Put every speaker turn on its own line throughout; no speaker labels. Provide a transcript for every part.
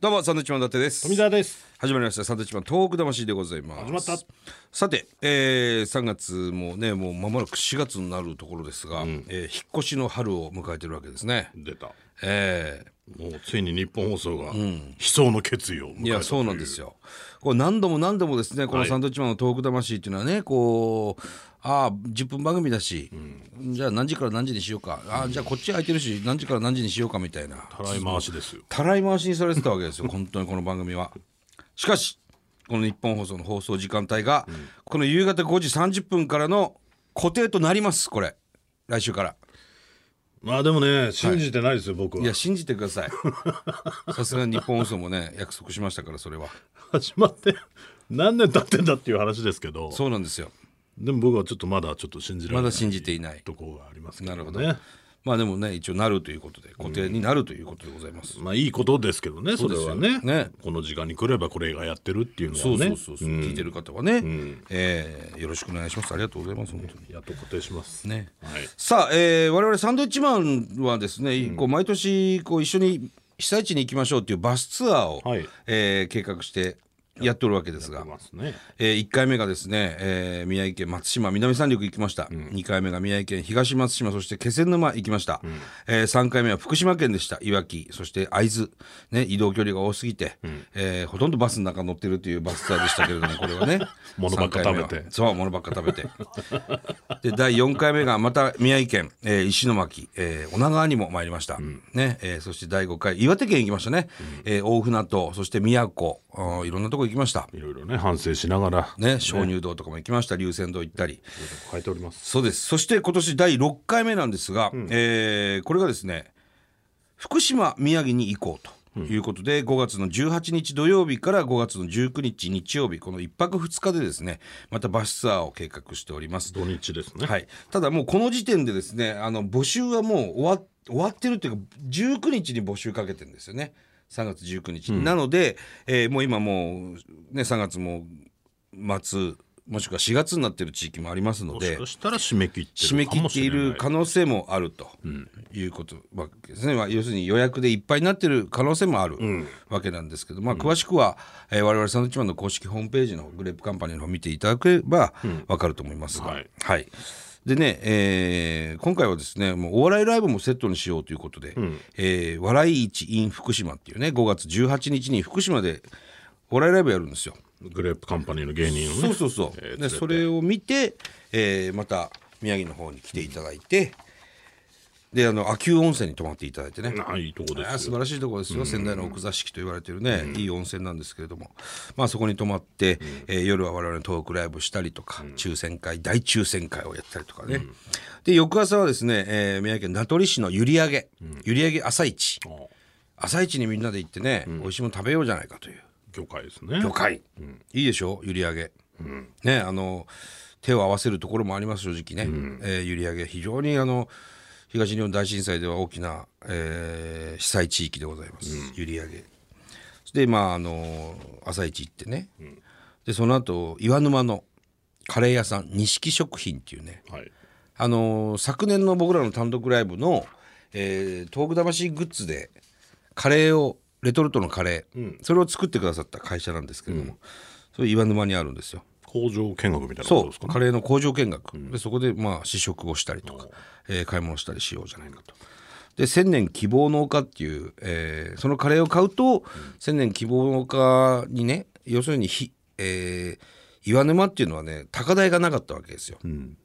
どうもサンドウィッチマン伊達です
富澤です
始まりましたサンドウィッチマン東北魂でございます
始まった
さて、えー、3月もねもう間もなく4月になるところですが、えー引っ越しの春を迎えてるわけですね
出た
え
もうついに日本放送が悲壮の決意を迎えた
ーいやそうなんですよこれ何度も何度もですねこの
はい
サンドウィッチマンの東北魂っていうのはねこうああ10分番組だし、じゃあ何時から何時にしようかああじゃあこっち空いてるし何時から何時にしようかみたいな
たらい回しですよ
たらい回しにされてたわけです よ本当にこの番組はしかしこの日本放送の放送時間帯が、この夕方5時30分からの固定となりますこれ来週から
まあでもね信じてないですよ、僕
いや
は
信じてくだ さいさすがに日本放送もね約束しましたからそれは
始まって何年経ってんだっていう話ですけど
そうなんですよ
でも僕はちょっとまだちょっと信じられ
まだ
ない
信じていない
とこがありますけど
なる
ね
ほどまあでもね一応なるということで固定になるということでございます、
まあいいことですけどねそれ
そ
はね
うですよね
この時間に来ればこれがやってるっていうのは
そう
ね
そうそうそう、聞いてる方はね、えーよろしくお願いしますありがとうございます本当に
やっと固定します
ね
はい
さあ、えー、我々サンドウィッチマンはですね、こう毎年こう一緒に被災地に行きましょうっていうバスツアーを、
はい
えー計画してやっておるわけですが
出、ますね
えー、1回目がですね、えー宮城県松島南三陸行きました、二2回目が宮城県東松島そして気仙沼行きました、えー、3回目は福島県でしたいわきそして会津、ね、移動距離が多すぎて、えーほとんどバスの中乗ってるというバスツアーでしたけれどもこれはね
物ばっか食べて
三回目はそう物ばっか食べてで第4回目がまた宮城県、えー石巻、えー、女川にも参りました、ねえーそして第5回岩手県行きましたね、えー大船渡そして宮古うんいろんなとこ行きました
いろいろね反省しながら
ね、鍾乳洞とかも行きました、龍泉洞行ったり。
書いております
そうです。そして今年第6回目なんですが、えーこれがですね、福島、宮城に行こうということで、5月の18日土曜日から5月の19日日曜日、この1泊2日でですね、またバスツアーを計画しております。
土日ですね
はい、ただもうこの時点でですねあの募集はもう終わ終わってるっていうか19日に募集かけてるんですよね3月19日、なので、えーもう今もう、ね、3月も末もしくは4月になってる地域もありますの
も
で
しかしたら締め切って
締め
るか
切
も
って
しれ
い
ない
る可能性もあるということわけですね、まあ要するに予約でいっぱいになってる可能性もあるわけなんですけど、まあ、詳しくは、えー我々サンドウィッチマンの公式ホームページのグレープカンパニーの方を見ていただければわかると思いますが、
はい
はいでね、えー今回はですねもうお笑いライブもセットにしようということで「えー笑い市 in 福島」っていうね5月18日に福島でお笑いライブやるんですよ。
グレープカンパニーの芸人をね
そうそうそう、
えー連
で
れて
それを見て、えーまた宮城の方に来ていただいて、であの秋保温泉に泊まっていただいてね、
ああいいとこで
あー
す
素
よ
晴らしいところですよ、仙台の奥座敷と言われてるね、いい温泉なんですけれども、まあ、そこに泊まって、えー夜は我々のトークライブしたりとか、抽選会大抽選会をやったりとかね、で翌朝はですね、えー宮城県名取市の閖上、閖上朝市
ああ
朝市にみんなで行ってね、美味しいもの食べようじゃないかという。
魚介ですね
魚介、いいでしょ閖上、ねあの手を合わせるところもあります正直ね、えー閖上非常にあの東日本大震災では大きな、えー被災地域でございます、閖上でまああの朝市行ってね、でその後岩沼のカレー屋さん錦食品っていうね
はい
あの昨年の僕らの単独ライブの、えー、東北魂グッズでカレーをレトルトのカレー、それを作ってくださった会社なんですけれども、それ岩沼にあるんですよ。
工場見学みたいなこ
そ
と
う
ですか
カレーの工場見学、でそこでまあ試食をしたりとか、えー買い物したりしようじゃないかと。で千年希望の丘っていう、えーそのカレーを買うと、千年希望の丘にね要するにひ、えー岩沼っていうのはね高台がなかったわけですよ。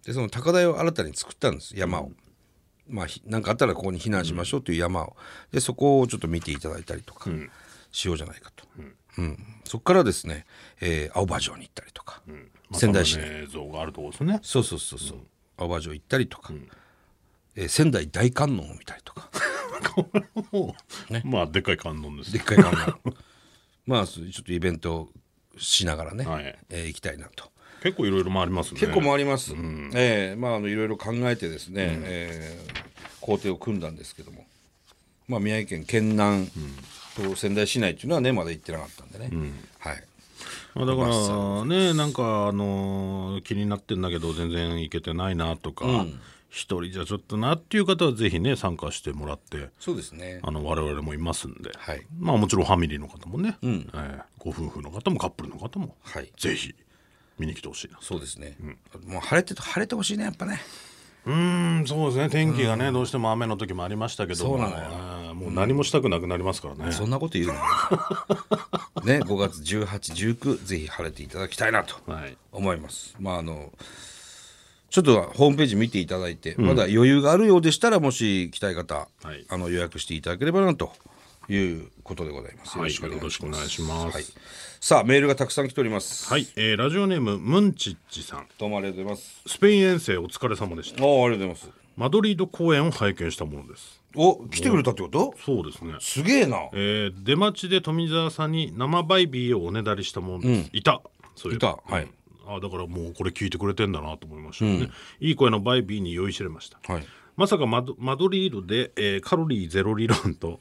でその高台を新たに作ったんです山を。まあ、ひなんかあったらここに避難しましょうという山を、でそこをちょっと見ていただいたりとかしようじゃないかと、うんそこからですね、えー青葉城に行ったりとか、仙台市に
映像があるとこですね
そうそうそうそう、青葉城行ったりとか、えー仙台大観音を見たりとか
まあでっかい観音です
で
ね
っかい観音 まあそうちょっとイベントをしながらね、
はい
えー行きたいなと。
結構いろいろ回りますね
結構回ります、ええまああのいろいろ考えてですね、ええ工程を組んだんですけども、まあ、宮城県県南と仙台市内っていうのはねまだ行ってなかったんでね、はい
まあだからねなんかあのー気になってんだけど全然行けてないなとか一人じゃちょっとなっていう方はぜひね参加してもらって
そうですね
あの我々もいますんで、
はい
まあもちろんファミリーの方もね、えーご夫婦の方もカップルの方も、
はい
ぜひ見に来てほしいな
そうですね、もう晴れて晴れてほしいねやっぱね
うーんそうですね天気がね、どうしても雨の時もありましたけど
そ
も
うなのよ
えーもう何もしたくなくなりますからね、
そんなこと言うの ね5月1819ぜひ晴れていただきたいなと
はい
思いますまああのちょっとホームページ見ていただいて、まだ余裕があるようでしたらもし来たい方、
はい
あの予約していただければなということでございますよろ
はい
しくお願
よろ
い
し
し
くお
ます、
願いします
はいさあメールがたくさん来ております、
はい、えーラジオネームムンチッチさん
どうもありがとうございます
スペイン遠征お疲れ様でした
おありがとうございます
マドリード公演を拝見したものです
お来てくれたってこと
そうですね
すげえな
えー出待ちで富澤さんに生バイビーをおねだりしたものです、いたそういえ
い
ば
たはい
うんあだからもうこれ聞いてくれてんだなと思いましたね、いい声のバイビーに酔いしれました、
はい
まさかマドマドリードで、えーカロリーゼロ理論と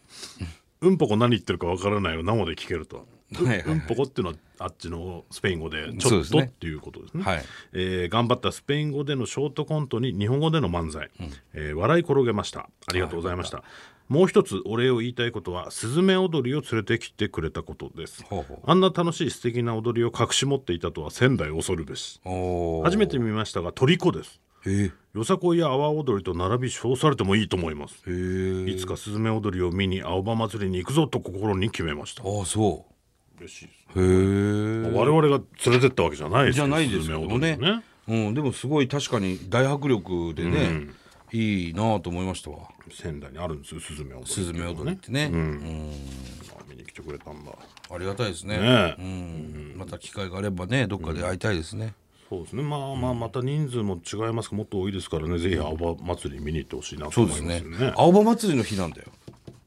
うんぽこ何言ってるかわからないを生で聞けると
は
は
いはいはい
うんぽこっていうのはあっちのスペイン語でち
そう
ょ
で
っ
す
と、
ね
っていうことですね、
はい
えー頑張ったスペイン語でのショートコントに日本語での漫才、えー笑い転げましたありがとうございました、もう一つお礼を言いたいことはスズメ踊りを連れてきてくれたことです
ほうほう
あんな楽しい素敵な踊りを隠し持っていたとは仙台恐るべし
おー
初めて見ましたが虜です
へ
よさこいや阿波踊りと並び称されてもいいと思います
えへえ
いつかスズメ踊りを見に青葉祭りに行くぞと心に決めました
ああそ
嬉しいです
うへえ
我々が連れてったわけじゃないです
じ
よ
ゃないです
スズ
け
メ
ど
踊り
も
を
ね
ね
うん、でもすごい確かに大迫力でね、いいなぁと思いましたわ
仙台にあるんですよスズメ踊り
スズメ踊りってね、
あ見に来てくれたんだね
ありがたいですね
え
うん、また機会があればねどっかで会いたいですね、
そうですねまあまあまた人数も違いますがもっと多いですからねぜひ青葉祭り見に行ってほしいなと思いますよね
青葉祭りの日なんだよ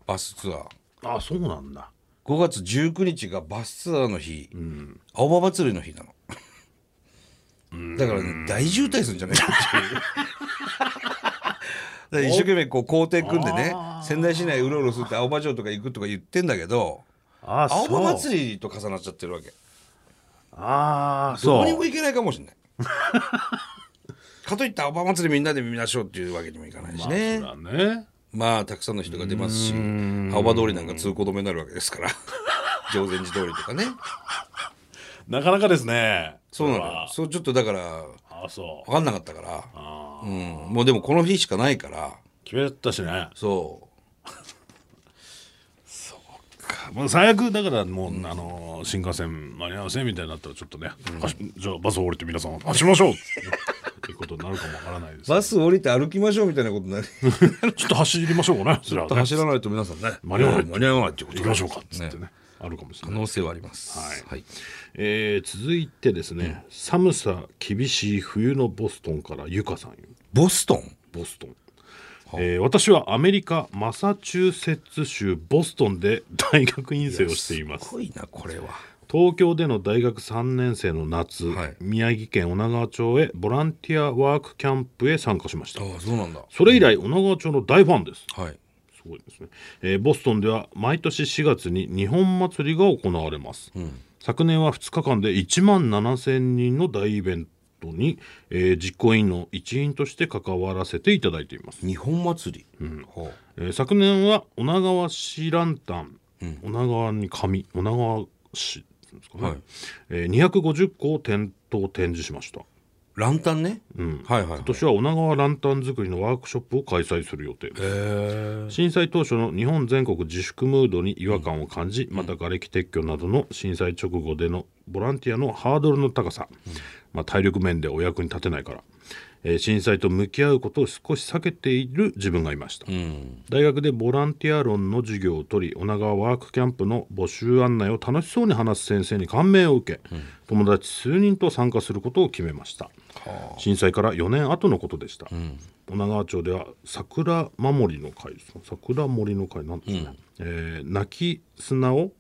バスツアー
あそうなんだ
5月19日がバスツアーの日、青葉祭りの日なのだからね大渋滞するんじゃない かっていうだから一生懸命こう校庭組んでね仙台市内うろうろするって青葉城とか行くとか言ってんだけど
あ
青葉
り
祭りと重なっちゃってるわけ
ああ
ど
そ
こにも
う
行けないかもしれない かといって青葉祭りみんなで見ましょうっていうわけにもいかないしね、
まあそうだね
まあたくさんの人が出ますし青葉通りなんか通行止めになるわけ ですから定禅寺通りとかね
なかなかですね
そうなの
これ
よ
は
そうちょっとだから
あそう
分かんなかったから、
あ
う
ー
ん、もうでもこの日しかないから
決めたしね
そ
もう最悪だからもう、あのー新幹線間に合わせみたいになったらちょっとね、走じゃあバス降りて皆さん走りましょうっていうことになるかもわからないで
う
す
バス降りて歩きましょうみたいなことに なる
ちょっと走りましょうかねじゃあね
走らないと皆さんね
間に合わない
間に合わないってこと
行きましょうかっつってねあるかもしれ
可
ない、
能性はあります、
はいえー続いてですね、寒さ厳しい冬のボストンからゆかさんよ
ボストン
ボストン、えー私はアメリカマサチューセッツ州ボストンで 大学院生をしています
すごいなこれは
東京での大学3年生の夏、
はい
宮城県女川町へボランティアワークキャンプへ参加しました
ああそうなんだ
それ以来女川町の大ファンです
はい
すごいですね、えーボストンでは毎年4月に日本祭りが行われます、昨年は2日間で1万7000人の大イベントに、えー実行委員の一員として関わらせていただいています
日本祭り、ほう
えー昨年は女川市ランタン、女川に紙女川市っていうんですかね、
はい
えー250個を店頭展示しました
ランタンね、はいはいはい
今年は女川ランタン作りのワークショップを開催する予定です
へえ
震災当初の日本全国自粛ムードに違和感を感じ、また瓦礫撤去などの震災直後でのボランティアのハードルの高さ、まあ、体力面でお役に立てないから、えー震災と向き合うことを少し避けている自分がいました、
うん
大学でボランティア論の授業を取り女川ワークキャンプの募集案内を楽しそうに話す先生に感銘を受け、友達数人と参加することを決めました震災から4年後のことでした、女川町では桜守りの会ですね桜守りの会なんですね、えー泣き砂を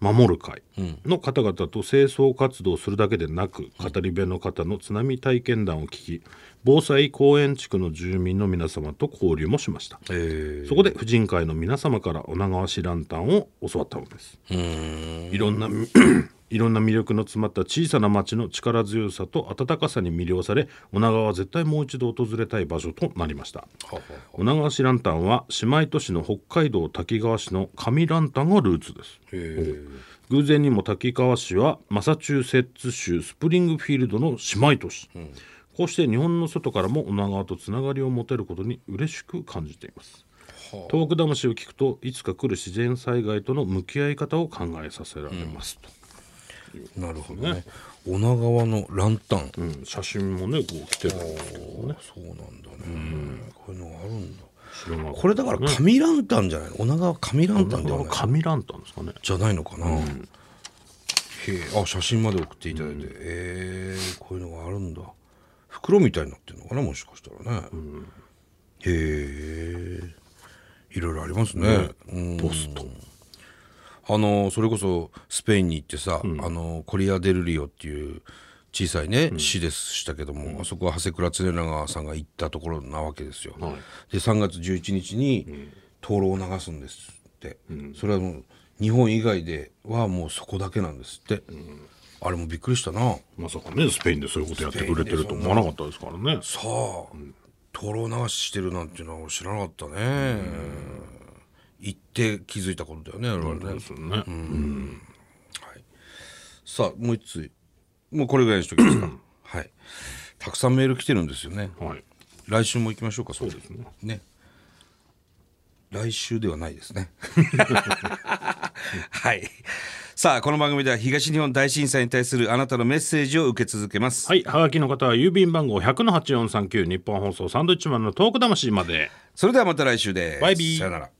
守る会の方々と清掃活動をするだけでなく語り部の方の津波体験談を聞き防災公園地区の住民の皆様と交流もしました
へえ
そこで婦人会の皆様から女川市ランタンを教わったのです。
うん
いろんな いいろんな魅力の詰まった小さな町の力強さと温かさに魅了され女川は絶対もう一度訪れたい場所となりました女川市ランタンは姉妹都市の北海道滝川市の上ランタンがルーツです偶然にも滝川市はマサチューセッツ州スプリングフィールドの姉妹都市、こうして日本の外からも女川とつながりを持てることに嬉しく感じています東北魂を聞くといつか来る自然災害との向き合い方を考えさせられますと、
なるほどね女川のランタン、
うん写真もねこう来てるんですけどね
そうなんだね、こういうのがあるんだ
知らなかった
これだから紙ランタンじゃないの女川紙ランタンではない
紙ランタンですかね
じゃないのかな、へえあ写真まで送っていただいて、えーこういうのがあるんだ袋みたいになってるのかなもしかしたらね、へえいろいろありますね、うん
ポスト
あのそれこそスペインに行ってさ、あのコリア・デルリオっていう小さいね、市でしたけども、あそこは長谷倉常長さんが行ったところなわけですよ。で3月11日に灯籠を流すんですって、それはもう日本以外ではもうそこだけなんですって、あれもびっくりしたな。
まさかねスペインでそういうことやってくれてると思わなかったですからね
さあ、灯籠流ししてるなんていうのは俺知らなかったね、行って気づいたことだよね我々ね、
ですよね、
さあもう一つもうこれぐらいにしとき ますかはいたくさんメール来てるんですよね
はい
来週も行きましょうかそう
ですね
来週ではないです ねはいさあこの番組では東日本大震災に対するあなたのメッセージを受け続けます、
はいはがきの方は郵便番号100の8439日本放送サンドイッチマンのトーク魂まで
それではまた来週です
バイビー
さよなら